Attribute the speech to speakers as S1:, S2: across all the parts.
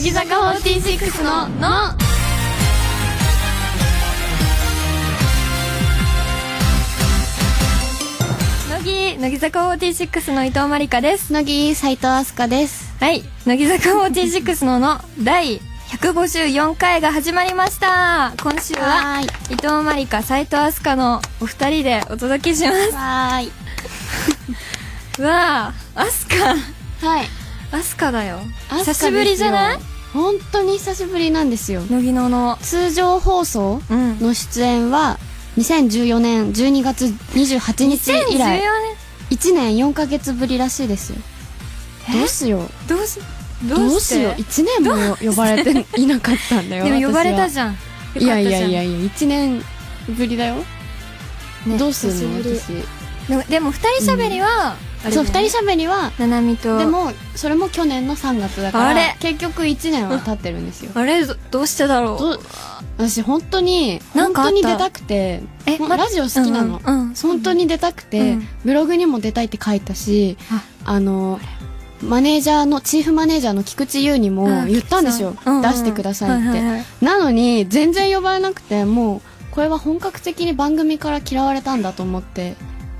S1: 木坂46の「の」
S2: 乃木乃木坂46の伊藤真理香です
S1: 乃木斉藤飛鳥です
S2: はい乃木坂46のの第154回が始まりました今週は
S1: はーい
S2: 伊藤真理香斉藤飛鳥のお二人でお届けします
S1: はーいう
S2: わあ飛鳥
S1: はい
S2: 飛鳥だよ
S1: 飛鳥です
S2: 久
S1: よ
S2: しぶりじゃない
S1: 本当に久しぶりなんですよ
S2: 乃木のの
S1: 通常放送
S2: うん
S1: の出演は2014年12月28日以来
S2: 2014年
S1: 1年4ヶ月ぶりらしいですよ
S2: え
S1: どうしよう
S2: どうしどう
S1: どう
S2: して
S1: しよう1年も呼ばれていなかったんだよ
S2: でも呼ばれた
S1: 私
S2: じゃんよかった
S1: は
S2: じ
S1: い
S2: ゃ
S1: や
S2: ん
S1: いやいやいや1年ぶりだよ
S2: ね
S1: どうするの
S2: 久しぶり
S1: 私
S2: でもでも二人しゃべりは、あれ
S1: そう2人喋りは
S2: ななみと
S1: でもそれも去年の3月だから
S2: あれ
S1: 結局1年は経ってるん ですよ
S2: あれどどうしてだろう
S1: ど私本当に
S2: なん
S1: 本
S2: かあっ
S1: 当
S2: た
S1: に出たくて
S2: え
S1: もう
S2: ま
S1: ラジオ好きなの、
S2: うんうんうんそう
S1: 本当に出たくて、
S2: うん
S1: ブログにも出たいって書いたし
S2: あ
S1: あのマネージャーのチーフマネージャーの菊池優にも
S2: あ
S1: 言ったんですよ、
S2: 菊池さんうんうん
S1: 出してくださいって、
S2: はいはいはい
S1: なのに全然呼ばれなくてもうこれは本格的に番組から嫌われたんだと思って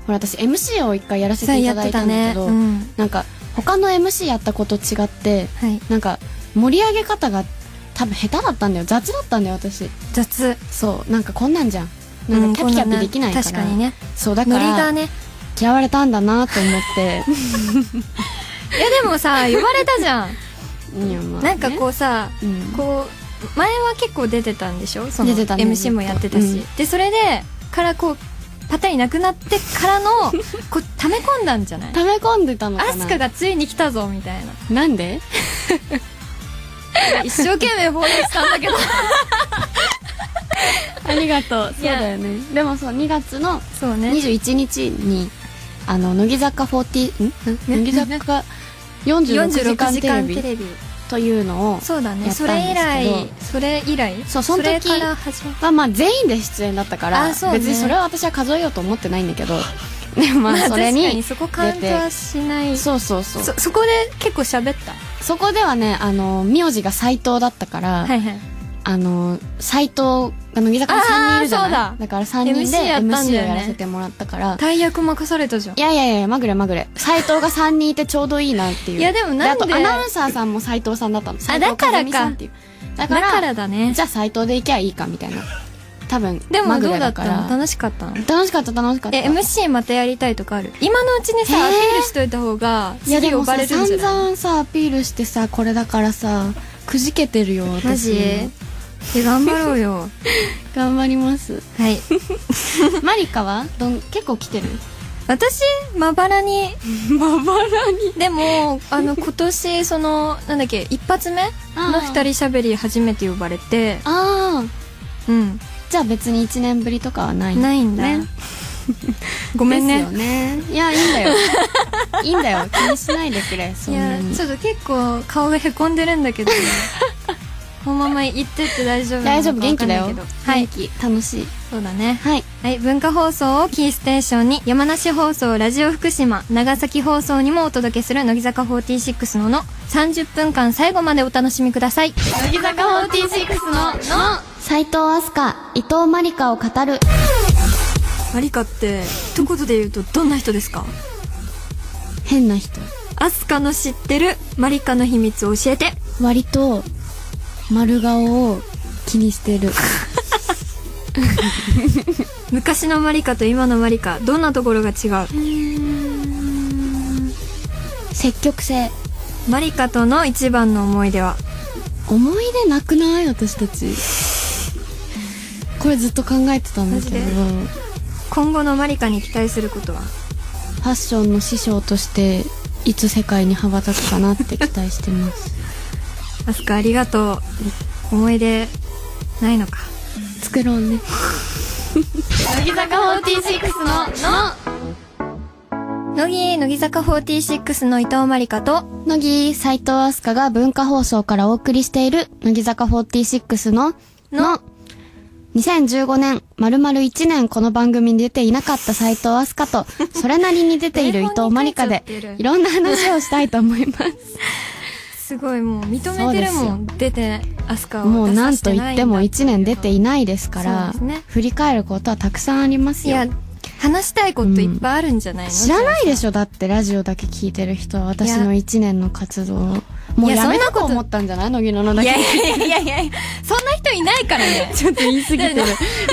S1: ほら私 MC を一回やらせて
S2: さあ
S1: いた
S2: やっ
S1: だ
S2: て
S1: いた
S2: た
S1: んだ
S2: ね
S1: けど、
S2: うん
S1: なんか他の MC やったこと違って
S2: はい
S1: なんか盛り上げ方が多分下手だったんだよ雑だったんだよ私
S2: 雑
S1: そうなんかこんなんじゃん
S2: う
S1: なんかキャピキャピできないから、
S2: 確かにね
S1: そうだか
S2: ノリが
S1: ら
S2: ね
S1: 嫌われたんだなと思って
S2: いやでもさ呼ばれた じゃん
S1: いやまあね
S2: なんかこうさ
S1: うん
S2: こう前は結構出てたんでしょその
S1: 出てたね
S2: MC もやってたし、
S1: うん
S2: でそれでからこうパタリなくなってから のこう溜め込んだんじゃない
S1: 溜め込んでたの
S2: ア
S1: か
S2: ス
S1: な
S2: カがついに来たぞみたいな
S1: なん で
S2: 一生懸命放映したんだけど
S1: ありがとうそう
S2: いや
S1: だよねで もそう2月の
S2: そうね
S1: 21日にあの乃木坂40んん乃木坂46時間
S2: 46時
S1: テレ
S2: 間
S1: ビ
S2: テレビ
S1: というのを
S2: そうだね
S1: やった
S2: そ
S1: んです
S2: れ
S1: け
S2: 以
S1: ど
S2: 来それ以来
S1: そうその時
S2: れから始まっ
S1: まあまあ全員で出演だったから
S2: あそうね
S1: 別にそれは私は数えようと思ってないんだけ どでもまあ
S2: まあ
S1: それ
S2: 確か
S1: に
S2: そこカウントはしないそ
S1: そうそうそうそ
S2: そこで結構喋った
S1: こではねあの名字が斎藤だったから、
S2: はいはい
S1: あの斎藤が乃木坂に3人いるじゃない
S2: あーそうだ
S1: から3人で
S2: MC やったんだよ
S1: MC を
S2: ね
S1: やらせてもらったから
S2: 大役任されたじゃん
S1: いやいやいやまぐれまぐれ斎藤が3人いてちょうどいいなっていう
S2: いやでもなんで
S1: あとアナウンサーさんも斎藤さんだったの斎藤
S2: だからか
S1: 和美さんっていうだ
S2: だ
S1: から
S2: からだね
S1: じゃあ斎藤で行きゃいいかみたいな多分
S2: でも
S1: まぐ
S2: ど
S1: れ
S2: うだ
S1: だ
S2: っ
S1: か
S2: たの
S1: ら
S2: 楽しかったの
S1: 楽しかった楽しかった
S2: え MC またやりたいとかある今のうちに
S1: え
S2: さ
S1: ー
S2: アピールしといた方が
S1: いや
S2: 次
S1: で
S2: 呼
S1: も
S2: ば
S1: さ
S2: れるんじ
S1: 散
S2: ゃない
S1: 々さアピールしてさこれだからさくじけてるよ私
S2: マジえ頑張ろ うよ
S1: 頑張ります
S2: はい
S1: マリカはどん結構来 てる
S2: 私まばらにまばらにでもあ の今年そのなんだっけ一発目の二人しゃべり初めて呼ばれて
S1: ああ
S2: うん
S1: じゃあ別に1年ぶりとかはない
S2: ないんだ、
S1: ね
S2: ごめん
S1: で
S2: ね
S1: すよねいやいいんだ よいいんだよ気にしないでくれそ
S2: い
S1: んな
S2: や
S1: に
S2: ちょっと結構顔がへこんでるん だけどこのまま行ってって大丈夫な
S1: 大
S2: の
S1: 丈
S2: か
S1: 夫元気だよ
S2: わかんないけどはい
S1: 元気楽しい
S2: そうだね
S1: はい
S2: はい、文化放送をキーステーションに山梨放送ラジオ福島長崎放送にもお届けする乃木坂46のの30分間最後までお楽しみください乃木坂46のの
S1: 斎藤飛鳥伊藤マリカを語る
S2: マリカって一言で言うとどんな人ですか
S1: 変な人
S2: アスカの知ってるマリカの秘密を教えて
S1: 割と丸顔を気にしてる
S2: 昔のマリカと今のマリカどんなところが違う
S1: 積極性
S2: マリカとの一番の思い出は
S1: 思い出なくない私たちこれずっと考えてたんだけど
S2: マジで
S1: フ
S2: 今後のマリカに期待することは
S1: ァッションの師匠としていつ世界に羽ばたくかなって期待してます
S2: アスカありがとう思い出ないのか
S1: 作ろうね
S2: 乃木坂46のの乃木乃木坂46の伊藤まりかと
S1: 乃木斎藤飛鳥が文化放送からお送りしている乃木坂46のの2015年丸々1年この番組に出ていなかった斎藤飛鳥とそれなりに出ている伊藤まりかで
S2: 台本に書いちゃってる
S1: いろんな話をしたいと思います
S2: すごいもう認めてるもん出てアスカを
S1: もう
S2: 出
S1: な
S2: さ
S1: ん
S2: せ
S1: と
S2: てな
S1: 言
S2: い
S1: っ
S2: んだ
S1: ても1年出ていないですから、
S2: そうですね
S1: 振り返ることはたくさんあります
S2: い
S1: よ
S2: や。話したいこといっぱいあるんじゃないの、
S1: 知らないでしょだってラジオだけ聞いてる人は私の1年の活動を。もう
S2: いや
S1: やめ
S2: そん
S1: と
S2: なこ
S1: こ
S2: と
S1: 思ったんじゃない乃木野のだ
S2: い
S1: け。
S2: やいやいやいやいやそんな人いないからね
S1: ちょっと言い過ぎてる
S2: だ。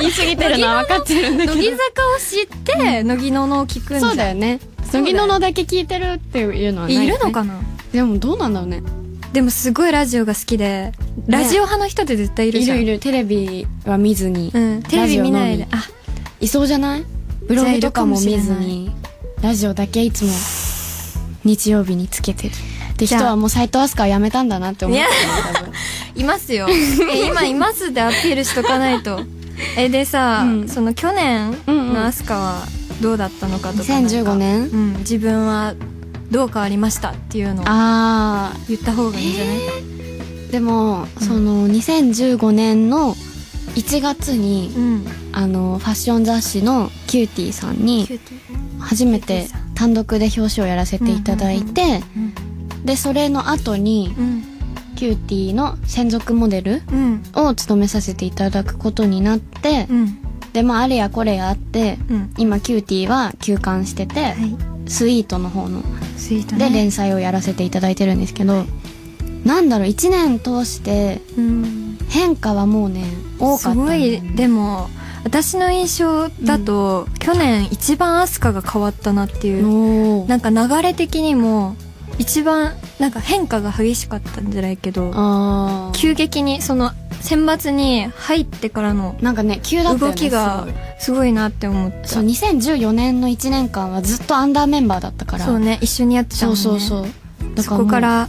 S1: 言い過ぎてるのは分かってるんだ
S2: 乃
S1: け
S2: 木坂を知って乃木ののを聞く
S1: ど。
S2: んじゃん
S1: そうだよね。
S2: うだよ
S1: 乃木野のだけ聞いてるっていうのはない、ね。
S2: いるのかな
S1: でもどうなんだろうね。
S2: でもすごいラジオが好きでラジオ派の人って絶対いる
S1: い
S2: じゃん、
S1: るいる。テレビは見ずに。
S2: うんテレビ見ない
S1: ラジオのみ
S2: であ
S1: いそうじゃないブログとかも見
S2: じ
S1: ず
S2: ゃあいるかもしれ
S1: にラジオだけいつも日曜日につけてるって人
S2: じゃあ
S1: はもう斎藤飛鳥はやめたんだなって思ってる多分
S2: いますよえ今いますってアピールしとかな いとえでさ、
S1: うん
S2: その去年
S1: うんうん
S2: のアスカはどうだったのかとかなんか
S1: 2015年
S2: うん、自分はどう変わりましたっていうのを
S1: あ
S2: 言った方がいいんじゃないか、
S1: ーでも、その2015年の1月に
S2: うん
S1: あのファッション雑誌の「キューティーさんに
S2: キューティー
S1: 初めて単独で表紙をやらせていただいて、
S2: うん
S1: でそれの後に
S2: うん
S1: キューティーの専属モデル
S2: うん
S1: を務めさせていただくことになって、
S2: うん
S1: でまああれやこれやあって
S2: うん
S1: 今キューティーは休館してて、
S2: は
S1: スイートの方の
S2: いスイート
S1: で
S2: ね
S1: 連載をやらせていただいてるんですけど、なんだろう1年通して
S2: うん
S1: 変化はもうね多かった
S2: す
S1: ん
S2: ご
S1: だよね、
S2: いでも私の印象だと、去年一番アスカが変わったなっていう
S1: おー
S2: なんか流れ的にも一番なんか変化が激しかったんじゃないけど
S1: あー
S2: 急激にその選抜に入ってからの
S1: なんかね急だったよね
S2: 動きがすごいなって思った
S1: すごいそう2014年の1年間はずっとアンダーメンバーだったから
S2: そうね一緒にやってた
S1: そ
S2: も
S1: う
S2: んね
S1: そうそうだから
S2: そ
S1: もう
S2: こから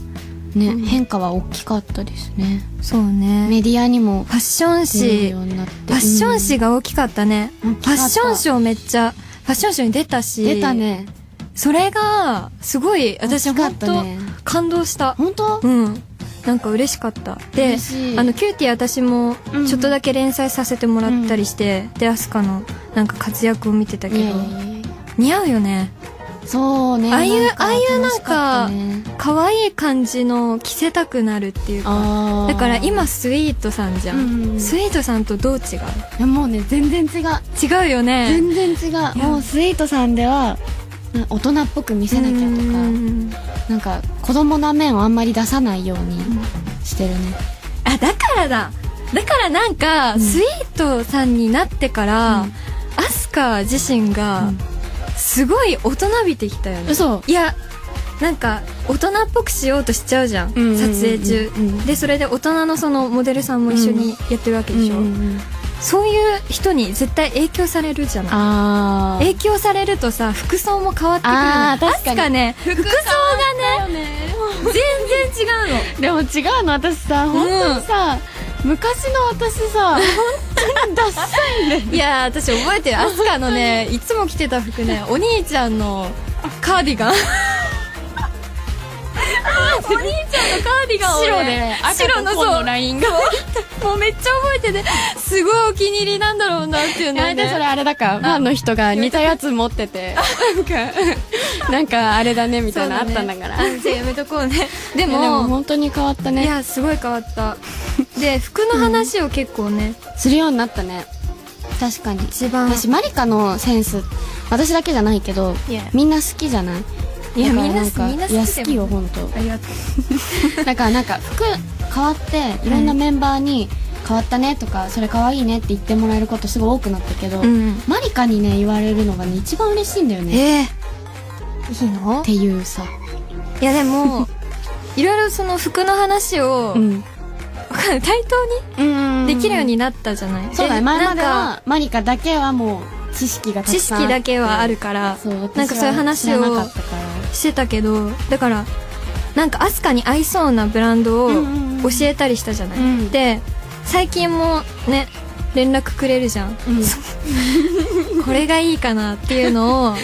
S1: ね、
S2: うん
S1: 変化は大きかったですね
S2: そうね
S1: メディアにも
S2: ファッション
S1: 出る
S2: 誌
S1: よ
S2: フ
S1: うになって
S2: ァッション誌が大きかったね、
S1: うん
S2: ファッション誌をめっちゃファッション誌に出たし
S1: 出たね
S2: それがすごい私
S1: 大きか
S2: 本
S1: った
S2: 当
S1: ね
S2: 感動した
S1: 本当
S2: うんなんか嬉しかったで
S1: 嬉しい
S2: あのキューティー私も
S1: うん
S2: ちょっとだけ連載させてもらったりして、でアスカのなんか活躍を見てたけど、
S1: いやいやいや
S2: 似合うよね
S1: そうね
S2: ああいう
S1: なんか
S2: ああいうなんか
S1: 楽しったね
S2: 可愛い感じの着せたくなるっていうか
S1: あー
S2: だから今スイートさんじゃん、
S1: うんうん
S2: スイートさんとどう違う
S1: いやもうね全然違う
S2: 違うよね
S1: 全然違うもうスイートさんではな大人っぽく見せなきゃとか
S2: うん
S1: なんか子供な面をあんまり出さないようにしてるね
S2: あだからだだからなんか、スイートさんになってから、アスカ自身が、
S1: うん
S2: すごい大人びてきたよね
S1: 嘘
S2: いやなんか大人っぽくしようとしちゃうじゃ
S1: う
S2: ん,、
S1: んうんうんうん
S2: 撮影中、
S1: うん
S2: でそれで大人のそのモデルさんも一緒にやってるわけでしょ、
S1: うんうんうん
S2: そういう人に絶対影響されるじゃない
S1: あー
S2: 影響されるとさ服装も変わってくるの
S1: あー確かに
S2: アスカね服装がね全然違うの
S1: でも違うの私さ本当にさ、昔の私 さ本当にダッサいんだよ
S2: いやー私覚えてるアスカの ねいつも着てた服ねお兄ちゃんのカーディガン お兄ちゃんのカーディガンを、ね、
S1: 白で赤と
S2: 白の
S1: 紺
S2: そう
S1: のラインが
S2: もうめっちゃ覚えててすごいお気に入りなんだろうなっていうの
S1: あ
S2: を
S1: れでそれ
S2: ね
S1: あれだかファンの人が似たやつ持って てなんかなんかあれだねみたいなあ
S2: そう
S1: った
S2: だ
S1: ん
S2: ね
S1: だから
S2: あじゃあやめとこう ねで
S1: で
S2: も
S1: も
S2: いや
S1: 本当に変わったね
S2: すごい変わったで服の話を結構ね、
S1: するようになったね確かに
S2: 一番
S1: 私マリカのセンス私だけじゃないけど
S2: いや
S1: みんな好きじゃない
S2: いや
S1: だからんか
S2: みんなみんな
S1: いや
S2: 好きだよ
S1: 好きよ本
S2: ありがとう
S1: 当だからなんか服変わっていろんなメンバーに変わったねとかそれ可愛いねって言ってもらえることすごい多くなったけど、
S2: うん
S1: マリカにね言われるのがね一番嬉しいんだよねっ
S2: えいいの
S1: ていうさ
S2: いやで もいろいろその服の話を、
S1: うん
S2: 対等にできるようになったじゃない、
S1: そうだね
S2: で
S1: 前まで
S2: なんか
S1: はマリカだけはもう知識がたく
S2: 知
S1: さんあって
S2: 識だけはあるから
S1: そう私は
S2: なんかそういう話を
S1: 知らなかったから
S2: してたけどだからなんかアスカに合いそうなブランドを
S1: うん
S2: 教
S1: うんうん
S2: えたりしたじゃない、
S1: うん
S2: で最近もね連絡くれる じゃん
S1: うん
S2: これがいいかなっていう のを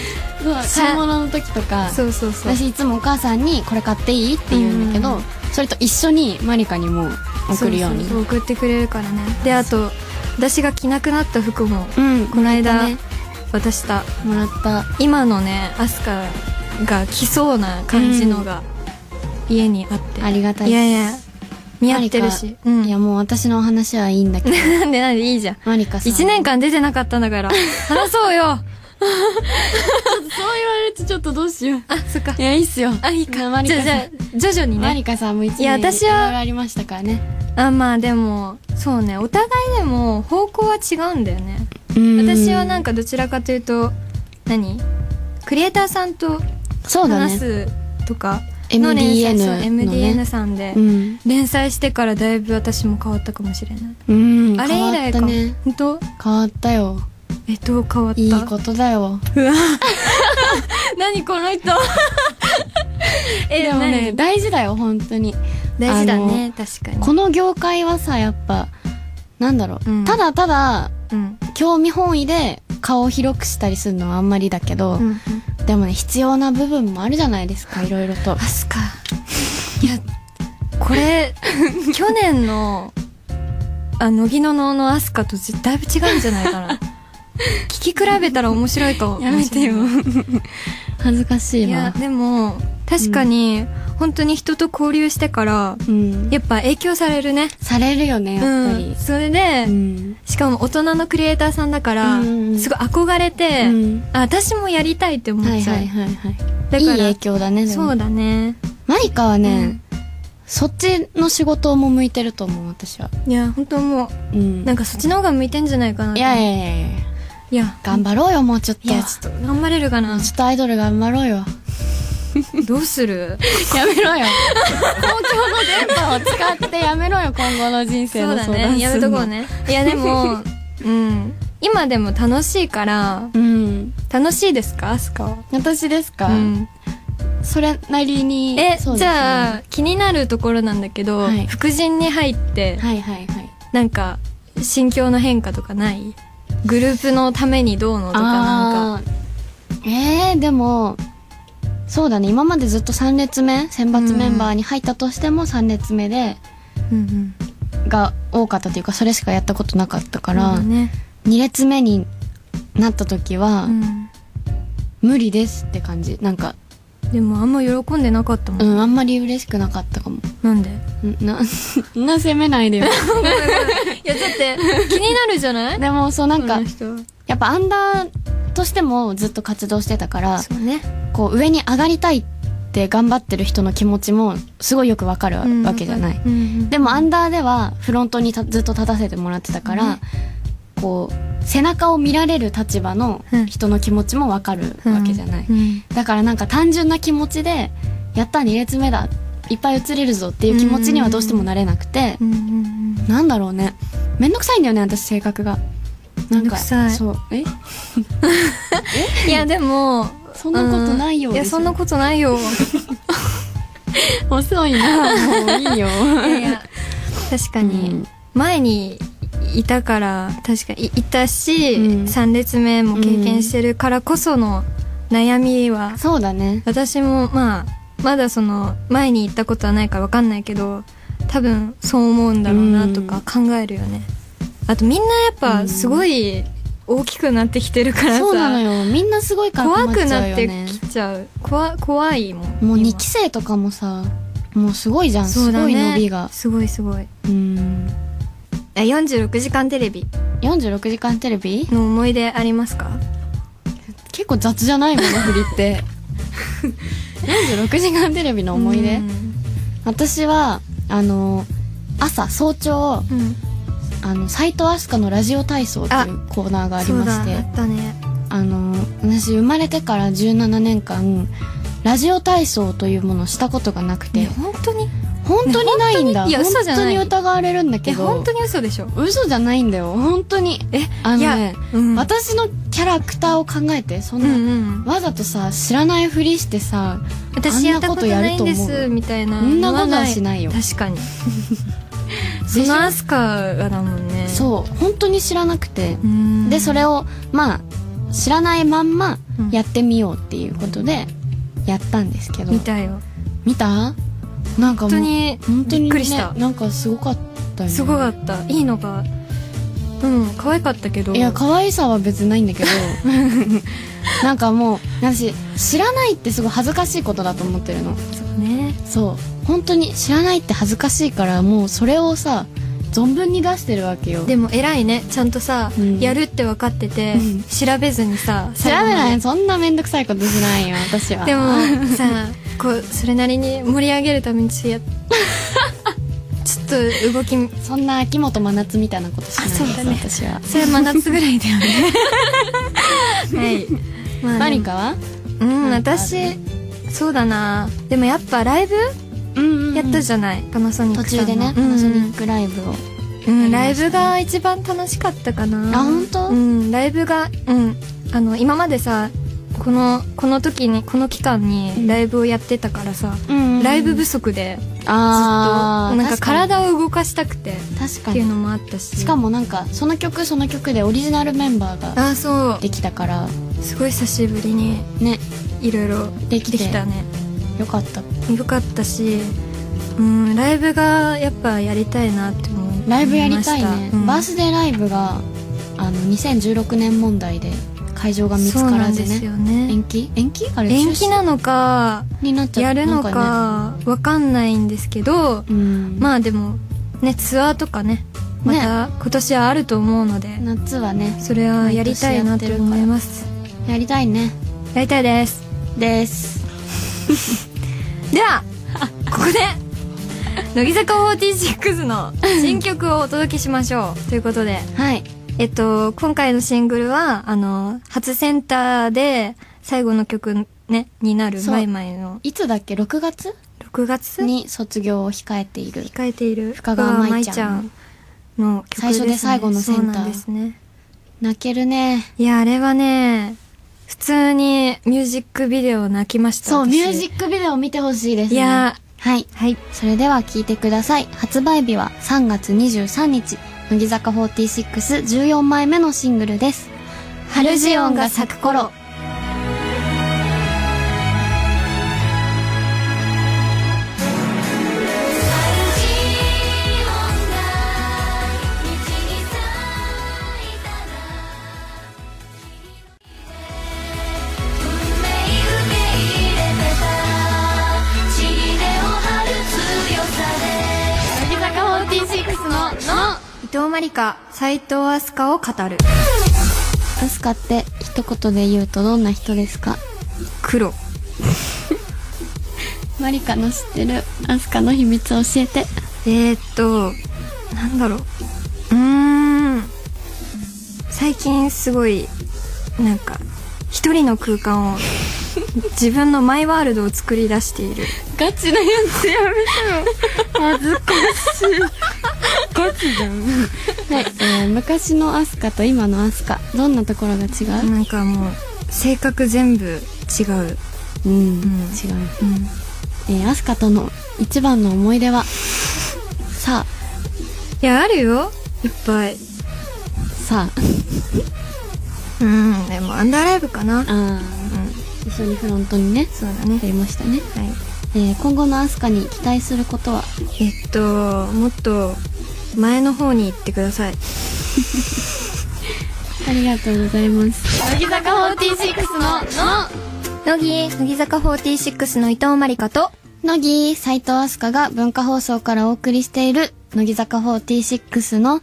S1: そう買い物の時とか
S2: そうそうそう
S1: 私いつもお母さんに「これ買っていい?」って言うんだけど、
S2: うん
S1: それと一緒にマリカにも送るように
S2: そそそ送ってくれるからねであと私が着なくなった服も
S1: うん
S2: この間
S1: ね
S2: 渡した
S1: もらった
S2: 今のねアスカが着そうな感じのが家にあって
S1: ありがたい
S2: いやいや見合ってるし
S1: マリカ
S2: うん
S1: いやもう私の話はいいん だけど
S2: なんでなんでいいじゃん
S1: マリカさん
S2: 1年間出てなかったんだから話そうよ
S1: そう言われてちょっとどうしよう
S2: あそっか
S1: いやいいっすよ
S2: あいい
S1: な
S2: か
S1: マリ
S2: じ
S1: カ
S2: ゃ
S1: さ
S2: あ
S1: ん
S2: じゃあ徐々に
S1: マ
S2: ね
S1: リカさんも1年
S2: いや私はい
S1: ろいろありましたからね
S2: あまあでもそうねお互いでも方向は違うんだよね私はなん
S1: か
S2: かどちらかというと何クリエイターさんと
S1: そうだ
S2: 話
S1: ね
S2: すとかの連載
S1: MDN
S2: そう
S1: のね
S2: MDN さんで
S1: うん
S2: 連載してからだいぶ私も変わったかもしれない
S1: うん
S2: あれ以来
S1: 変わ
S2: か
S1: ったね
S2: 本当
S1: 変わったよ
S2: えどう変わった
S1: いいことだよ
S2: 何この人 え
S1: でもね
S2: 何
S1: 大事だよ本当に
S2: 大事だね確かに
S1: この業界はさやっぱなんだろう、
S2: うん
S1: ただただ
S2: うん
S1: 興味本位で顔を広くしたりするのはあんまりだけど、
S2: うんうん
S1: でもね必要な部分もあるじゃないですかいろいろと
S2: アスカいやこれ 去年のあ乃木の能のアスカとじだいぶ違うんじゃないか な聞き比べたら面白いかも
S1: やめてよ
S2: もしれない
S1: 恥ずかしい
S2: いや
S1: わ
S2: でも確かに、本当に人と交流してから
S1: うん
S2: やっぱ影響されるね
S1: されるよねやっぱ
S2: うん
S1: り、
S2: それで、
S1: うん
S2: しかも大人のクリエイターさんだから、
S1: うんうんうん
S2: すごい憧れて、
S1: うん
S2: あ私もやりたいって思っ
S1: は
S2: ち
S1: い
S2: ゃう、
S1: はいはいはい
S2: だ
S1: いい
S2: から
S1: 影響だねでも
S2: そうだね
S1: マリカはね、
S2: う
S1: そっちの仕事も向いてると思う私はい
S2: や本当も
S1: うん
S2: うなんかそっちの方が向いてんじゃないかなって
S1: いやいやいやいや
S2: いや
S1: 頑張ろうよもうちょっと
S2: いやちょっと頑張れる かな
S1: ちょっとアイドル頑張ろ うよ
S2: どうする
S1: やめろよ。公共の電波を使ってやめろよ、今後の人生
S2: そう
S1: の
S2: だ
S1: 相談
S2: ねやめとこう
S1: ね。
S2: ねいや でもうん今でも楽しいから
S1: うん。
S2: 楽しいですかアスカは、
S1: 私ですか、
S2: うん、
S1: それなりに。
S2: え、
S1: そうですね
S2: じゃあ気になるところなんだけど、
S1: はい
S2: 副陣に入って、
S1: はいはいはい。
S2: なんか心境の変化とかないグループのためにどうのとかなんか
S1: あーえー、でも、そうだね、今までずっと3列目、選抜メンバーに入ったとしても3列目で、
S2: うん
S1: が多かったというか、それしかやったことなかった
S2: か
S1: から、
S2: ね
S1: 2列目になった時は、
S2: うん
S1: 無理ですって感じ。なんか、
S2: でもあんま喜んでなかったも、
S1: うんん、あんまり嬉しくなかったかも。
S2: な んでい
S1: んな、んな責め ないでよ。
S2: やだって気になるじゃ ない
S1: でもそうなんか
S2: その人は
S1: やっぱアンダーとしてもずっと活動してたから
S2: そうね
S1: こう上に上がりたいって頑張ってる人の気持ちもすごいよくわかるわ
S2: うん
S1: けじゃない、
S2: うんうん
S1: でもアンダーではフロントにたずっと立たせてもらってたから、
S2: ね
S1: こう背中を見られる立場の人の気持ちもわかるわけじゃない、
S2: うん
S1: だからなんか単純な気持ちでやった2列目だいっぱい映れるぞっていう気持ちにはどうしてもなれなくて、
S2: うんうん
S1: なんだろうねめんどくさいんだよね私性格がなん
S2: めんど
S1: か
S2: くさい
S1: そうえ
S2: うんいやでも
S1: そんなことないよ
S2: うんいや
S1: ですよ
S2: そんなことないよ
S1: 遅いなもういいよ
S2: いやいや確かに、前にいたから確かにいいたし、
S1: うん
S2: 3列目も経験してるからこその悩みは、
S1: そうだね
S2: 私もまあまだその前に行ったことはないから分かんないけど多分そう思うんだろうなとか考えるよね、あとみんなやっ
S1: う
S2: ぱ
S1: ん
S2: すごい大きくなってきてるからさ、
S1: そうなのよみんなすごいから
S2: 怖
S1: 困っち
S2: く
S1: ゃ
S2: な
S1: うよ
S2: って
S1: ね
S2: きちゃう怖怖いもん
S1: もう
S2: 今
S1: 2期生とかもさもうすごいじゃん、
S2: そ
S1: す
S2: うだ
S1: ご
S2: ね
S1: い伸びが
S2: すごいすごい
S1: うん
S2: え46時間テレビ
S1: 46時間テレビ
S2: の思い出ありますか
S1: 結構雑じゃないもの振りって 46時間テレビの思い出、
S2: うん
S1: 私はあの朝早朝
S2: うん
S1: あの斎藤飛鳥のラジオ体操とい
S2: あ
S1: うコーナーがありまして
S2: そうだあったね
S1: あの私生まれてから17年間ラジオ体操というものをしたことがなくて、
S2: ね本当に
S1: 本当にないんだ、
S2: ね本当にいや嘘
S1: 本
S2: じゃない
S1: 当に疑われるんだ
S2: え
S1: けど
S2: 本当に嘘でしょ
S1: 嘘じゃないんだよ本当に
S2: え
S1: あの
S2: いや
S1: ね、
S2: うん
S1: 私のキャラクターを考えてそん
S2: う
S1: な、
S2: んうん
S1: わざとさ知らないふりしてさ
S2: 私やったことないんですみたいな
S1: そんなことはしないよ
S2: 確かにそのアスカがだもんねう
S1: そう本当に知らなくて、
S2: ん
S1: でそれをまあ知らないまんま
S2: うん
S1: やってみようっていうことでやったんですけど、
S2: 見たよ
S1: 見たなんかも
S2: 本
S1: う
S2: 当に
S1: 本当に、ね、
S2: びっくりした
S1: なんかすごかったよ、ね、
S2: すごかったいいのがうん可愛かったけど
S1: いや可愛さは別にないんだけ どなんかもう私知らないってすごい恥ずかしいことだと思ってるの
S2: ね
S1: そう本当に知らないって恥ずかしいからもうそれをさ存分に出してるわけよ
S2: でも偉いねちゃんとさ、
S1: うん
S2: やるって分かってて、
S1: うん
S2: 調べずにさ
S1: 調べないいそんなめんどくさいことしないよ私は
S2: でも さこうそれなりに盛り上げるために ちょっとやちょっと動き
S1: そんな秋元真夏みたいなことしないです
S2: あそうだね
S1: 私は
S2: それ真夏ぐらいだよね はい、 まあ、
S1: 何かは
S2: でもうん
S1: 何かある
S2: 私そうだなでもやっぱライブ
S1: うん
S2: やったじゃない、パナソニッ
S1: 途
S2: クさ
S1: 中
S2: んの
S1: でね
S2: う
S1: パ
S2: ん
S1: ナソニックライブを
S2: うん、ライブが一番楽しかったかな
S1: あ本当
S2: うんライブがうんあの今までさこのこの時にこの期間
S1: う
S2: に
S1: ん
S2: ライブをやってたからさ、ライブ不足でずっ
S1: ずっと
S2: と
S1: な
S2: なんか体を動かしたくてっ
S1: 確か
S2: ていう
S1: に
S2: のもあったし
S1: しかもなんかその曲その曲でオリジナルメンバーが
S2: あそ
S1: できたから
S2: うすごい久しぶりに
S1: ね
S2: いろいろ
S1: で
S2: で
S1: きて
S2: きたね
S1: よかった
S2: よかったしうんライブがやっぱやりたいなって思いました
S1: ライブやりたいね、
S2: うん
S1: バースデーライブがあの2016年問題で会場が見つ
S2: そう
S1: か
S2: な
S1: ら
S2: んで
S1: ず
S2: す
S1: ね
S2: よね
S1: 延期延期あれ
S2: 延期
S1: 中
S2: なのか
S1: 止になっちゃった
S2: やる
S1: な
S2: の
S1: んね
S2: かわかんないんですけど、
S1: うん
S2: まあでもねツアーとかねまた今年はあると思うので、
S1: 夏はね
S2: それはやりたいなと思います
S1: やりたいね
S2: やりたいです
S1: です
S2: ではここで乃木坂46の新曲をお届けしましょうということで
S1: はい
S2: えっと今回のシングルはあの初センターで最後の曲ねになる
S1: そう
S2: マイマイの
S1: いつだっけ6月
S2: 6月
S1: に卒業を控えている
S2: 控えている
S1: 深川舞ちゃん
S2: の曲です、
S1: 最初
S2: ね、
S1: で最後のセンター
S2: そうなんですね
S1: 泣けるね
S2: いやあれはね普通にミュージックビデオ泣きました
S1: そうミュージ
S2: ク
S1: ックビデオ見てほしいですね
S2: いや
S1: はい
S2: はい
S1: それでは聞いてください発売日は3月23日乃木坂4614枚目のシングルです「春ジオンが咲く頃」乃木坂46の「の」
S2: 伊藤真理香斎藤飛鳥を語る
S1: アスカって一言で言うとどんな人ですか
S2: 黒
S1: マリカの知ってるアスカの秘密教えて
S2: えー、っとなんだろううーん最近すごいなんか一人の空間を 自分のマイワールドを作り出している
S1: ガチのやつやめてよ恥ずかしいガチじゃんはい、えー昔のアスカと今のアスカどんなところが違う
S2: なんかもう性格全部違う
S1: うん、
S2: う
S1: 違うん
S2: うん
S1: えーアスカとの一番の思い出はさ
S2: いやあるよいっぱい
S1: あさあ
S2: うんでもアンダーライブかな
S1: あ
S2: う
S1: ー
S2: ん
S1: 一緒にフロントにね
S2: そうだね
S1: やりましたね、
S2: はい
S1: えー今後のアスカに期待することは
S2: えっともっと前の方に行ってください
S1: ありがとうございます乃木坂46の「の」
S2: 乃木乃木坂46の伊藤真理香と
S1: 乃木斉藤飛鳥が文化放送からお送りしている乃木坂46の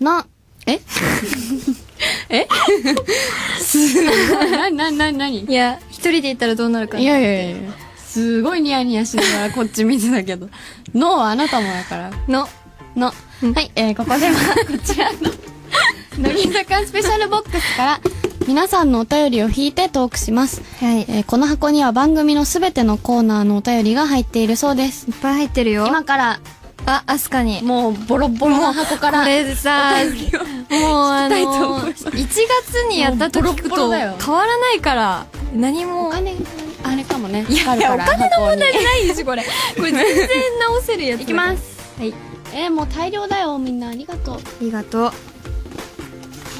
S1: のえ え す ごいななななに
S2: いや一人で行ったらどうなるか
S1: いやいやいやすごいニヤニヤしながらこっち見てたけど「の」はあなたもだから
S2: の
S1: の、はい、えー、ここではこちらの乃木坂スペシャルボックスから皆さんのお便りを引いてトークします、
S2: はいいっ
S1: えー、この箱には番組のすべてのコーナーのお便りが入っているそうです
S2: ぱい入ってるよ
S1: 今から
S2: あアスカに
S1: もうボロボロの箱か
S2: こ
S1: ら
S2: れさもうあの1月にやっ
S1: も
S2: た
S1: う
S2: 時
S1: ボロ
S2: と
S1: ボロだよ
S2: 変わらないから何も
S1: お金あれかもね
S2: いやいやお金の問題じゃないでしょこれ これ全然直せるやつ
S1: いきます
S2: はい
S1: えー、もう大量だよみんなありがとう
S2: ありがとうこ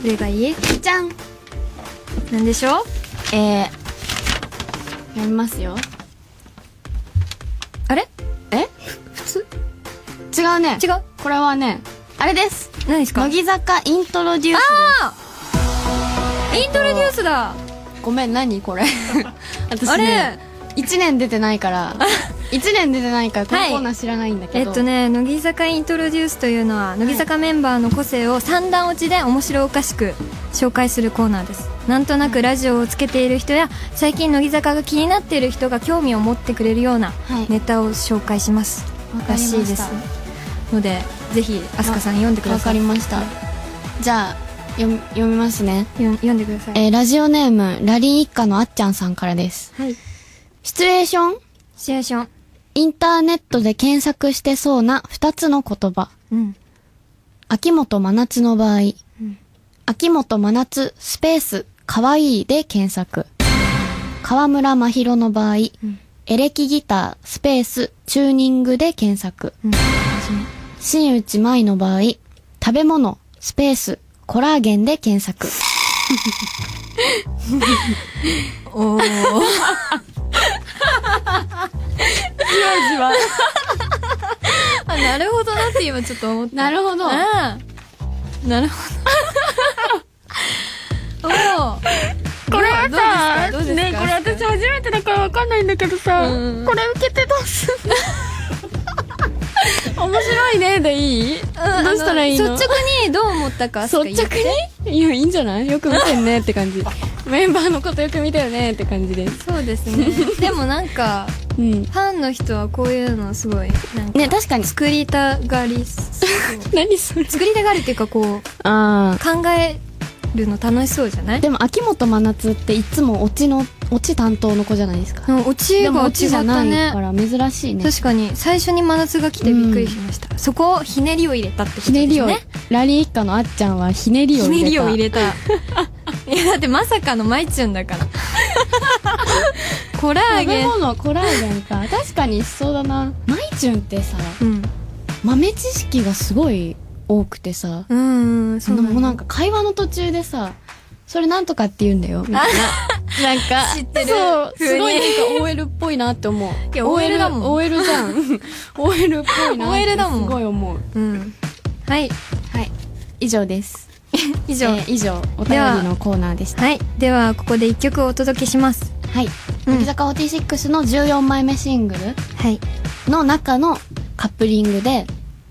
S2: れがいい
S1: じゃん
S2: なんでしょう
S1: えー、やりますよ
S2: あれ
S1: え
S2: 普通
S1: 違うね
S2: 違う
S1: これはねあれです
S2: 何ですか
S1: 乃木坂イントロデュース
S2: ああイントロデュースだ
S1: ごめん何これ 私
S2: あ
S1: ね
S2: れ
S1: 1年出てないから1年出てないからこの
S2: はい
S1: コーナー知らないんだけ
S2: え
S1: ど、
S2: っとね乃木坂イントロデュースというのは乃木坂メンバーの個性を三段落ちで面白おかしく紹介するコーナーですなんとなくラジオをつけている人や最近乃木坂が気になっている人が興味を持ってくれるような
S1: はい
S2: ネタを紹介します、
S1: わかりま
S2: ら
S1: し
S2: したいですのでぜひ飛鳥さん読んでくだ
S1: わ
S2: さ
S1: か
S2: い
S1: りましたじゃあ読み読みますね
S2: よん読んでください
S1: えーラジオネームラリン一家のあっちゃんさんからです
S2: はい
S1: シチュエーション
S2: シチュエーション
S1: インターネットで検索してそうな2つの言葉
S2: うん
S1: 秋元真夏の場合、
S2: ん
S1: 秋元真夏スペースかわいいで検索河村真宏の場合、
S2: うん
S1: エレキギタースペースチューニングで検索
S2: うん
S1: 新内舞の場合食べ物スペースコラーゲンで検索
S2: おお あなるほどなって今ちょっと思った
S1: なるほど
S2: ああなるほどおお
S3: これはさ
S2: どうですかどうですか
S3: ねこれ私初めてだからわかんないんだけどさ、
S2: うん
S3: これ受けて出す面白いねでいい
S2: ん
S3: どうしたらいいの
S2: あ率直にどう思ったか
S3: 率直
S2: とか言って
S3: にいやいいんじゃないよく見てんねって感 じメンバーのことよく見てるねって感じです
S2: そうですねでもなんか
S3: うん
S2: ファンの人はこういうのすごいなんか
S1: ね確かに
S2: 作りたがりそう
S3: 何それ
S2: 作りたがるっていうかこう
S1: あ
S2: 考えるの楽しそうじゃない
S1: ーでも秋元真夏っていつもオチのオチ担当の子じゃないですか
S2: うん落ち
S1: でも
S2: が
S1: オ
S2: 落
S1: チ
S2: ち
S1: じ
S2: だ
S1: ゃ
S2: っ
S1: な
S2: た
S1: い
S2: ね
S1: から珍しいね
S2: 確かに最初に真夏が来てびっくりしました、そこをひねりを入れたってことで
S1: ひ
S2: すね
S1: ねりを、ラリー一家のあっちゃんはひねりを
S2: ひ
S1: 入れた。
S2: ねりを入 れたいやだってまさかのマイチュンだから コラー
S1: 食べ
S2: ゲン
S1: 物、コラーゲンか。確かにしそうだな。マイチュンってさ、
S2: うん
S1: 豆知識がすごい多くてさ、
S2: うんうん
S1: そ
S2: そう
S1: の
S2: だね
S1: もうなんか会話の途中でさ、それなんとかって言うんだよ、みたい な。なんか、
S2: 知ってる
S1: そう、す
S2: 風に
S1: ごいなんか OL っぽいなって思う。
S2: いや OL だもん
S1: OL じゃ ん。OL っぽいなって。
S2: OL だもん
S1: すごい思う。
S2: うんはい
S1: はい。以上です。
S2: 以
S1: 以
S2: 上、
S1: 以上、お便りのコーナーでした。
S2: はいではここで一曲お届けします
S1: はい。
S2: うん
S1: 乃木坂46の14枚目シングル、
S2: はい
S1: の中のカップリングで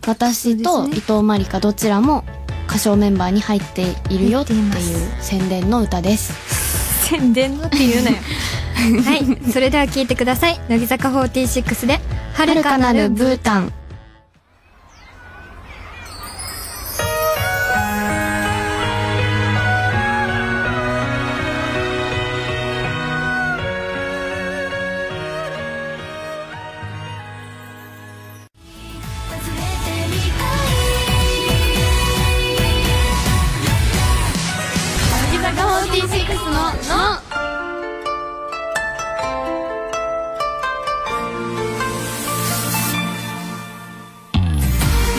S1: 私
S2: そ
S1: と
S2: う
S1: 伊
S2: ですね
S1: 藤真理香どちらも歌唱メンバーに入っているよってい
S2: 入っていう
S1: 宣伝の歌です
S2: 宣伝のって言うなよ はいそれでは聴いてください乃木坂46で「
S1: 「は
S2: 遥
S1: る
S2: か
S1: か
S2: な
S1: な
S2: る
S1: る
S2: ブ
S1: ブータン」
S2: 乃木坂46の「の」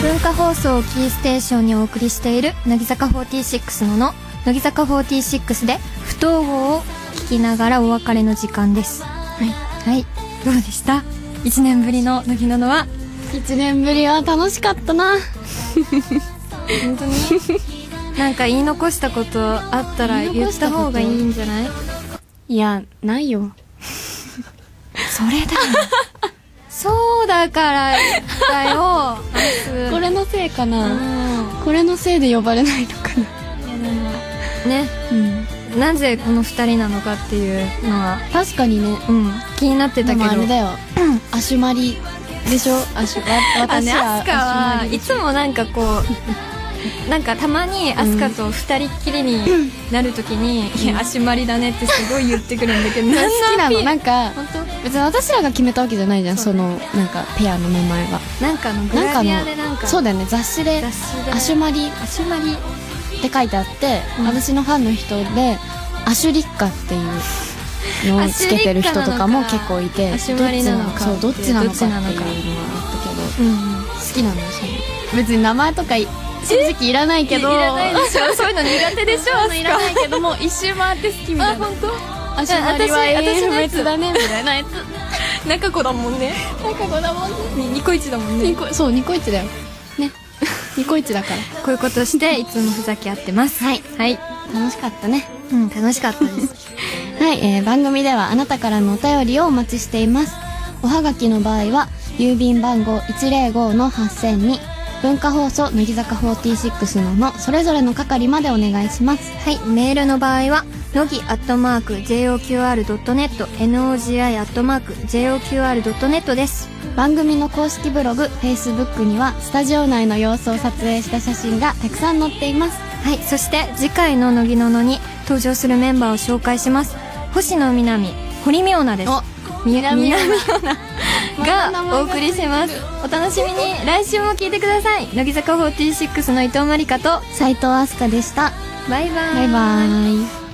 S2: 文化放送をキーステーションにお送りしている乃木坂46のの乃木坂46で不統合を聞きながらお別れの時間ですはい、はい、どうでした1年ぶりの乃木ののは
S1: 1年ぶりは楽しかったな
S2: 本当になんか言い残したことあったら言った方がいいんじゃない
S1: いやないよ
S2: それだよ そうだからだよ あいつ
S1: これのせいか
S2: う
S1: な、
S2: ん
S1: これのせいで呼ばれないのか
S2: ね
S1: な、うん、
S2: なぜこの2人なのかっていうのは
S1: 確かにね
S2: うん気になって
S1: で
S2: たけ
S1: もあ
S2: ど
S1: れだよアシュマリでしょアシュわ
S2: あ
S1: 私
S2: ね
S1: は
S2: ア
S1: ア
S2: スカ
S1: シュマ
S2: は
S1: リ
S2: いつもなんかこ うなんかたまにアスカと2人っきりになるときに「いや足まりだね」ってすごい言ってくるんだけど何
S1: 好きなの
S2: アピール
S1: なんか
S2: 本
S1: 別に私らが決めたわけじゃないじゃんそ
S2: そう
S1: のなんかペアの名前は
S2: 当なんかのグ
S1: なん
S2: ラ
S1: か
S2: ビアでなん
S1: の
S2: か
S1: そうだよね雑誌で
S2: 雑誌
S1: 「
S2: で
S1: アシュマリ」っ
S2: 足まり
S1: て書いてあって、
S2: うん
S1: 私のファンの人で「アシュリッカ」っていうのを つけてる人とかも結構いて
S2: アシュマリなのか
S1: どっちなのそうどっちなのかっていうのは
S2: どっちなのか
S1: あったけど
S2: うん
S1: 好きなのよその別に名前とかい正直いらないけど
S2: いらないで しょそういうの苦手でしょあのいらないけども一周回って好き
S1: た
S2: み
S1: い
S2: なあ本当
S1: アシュマリは
S2: 私
S1: 永
S2: 私
S1: 遠
S2: の
S1: 不
S2: やつ
S1: 滅だねみたいなやつ
S2: 中子だもんね中子だもんねニコイチだもんね
S1: ニコそうニコイチだよねニコイチだから
S2: こういうことしていつもふざけ合ってますはいはい
S1: 楽しかったね
S2: うん楽しかったです
S1: はい、えー番組ではあなたからのお便りをお待ちしています。おはがきの場合は郵便番号105の8000に文化放送乃木坂46ののそれぞれの係までお願いします
S2: はい、メールの場合は、のぎアットマーク JOQR.net、NOGI アットマーク JOQR.net です。
S1: 番組の公式ブログ Facebook にはスタジオ内の様子を撮影した写真がたくさん載っています
S2: はい、そして次回の乃木ののに登場するメンバーを紹介します。星野みなみ、堀美央奈です。み南美央奈がお送りします。お楽しみに、来週も聞いてください。乃木坂46の伊藤まりかと、
S1: 斉藤飛鳥でした
S2: バイバイ。
S1: バイバイ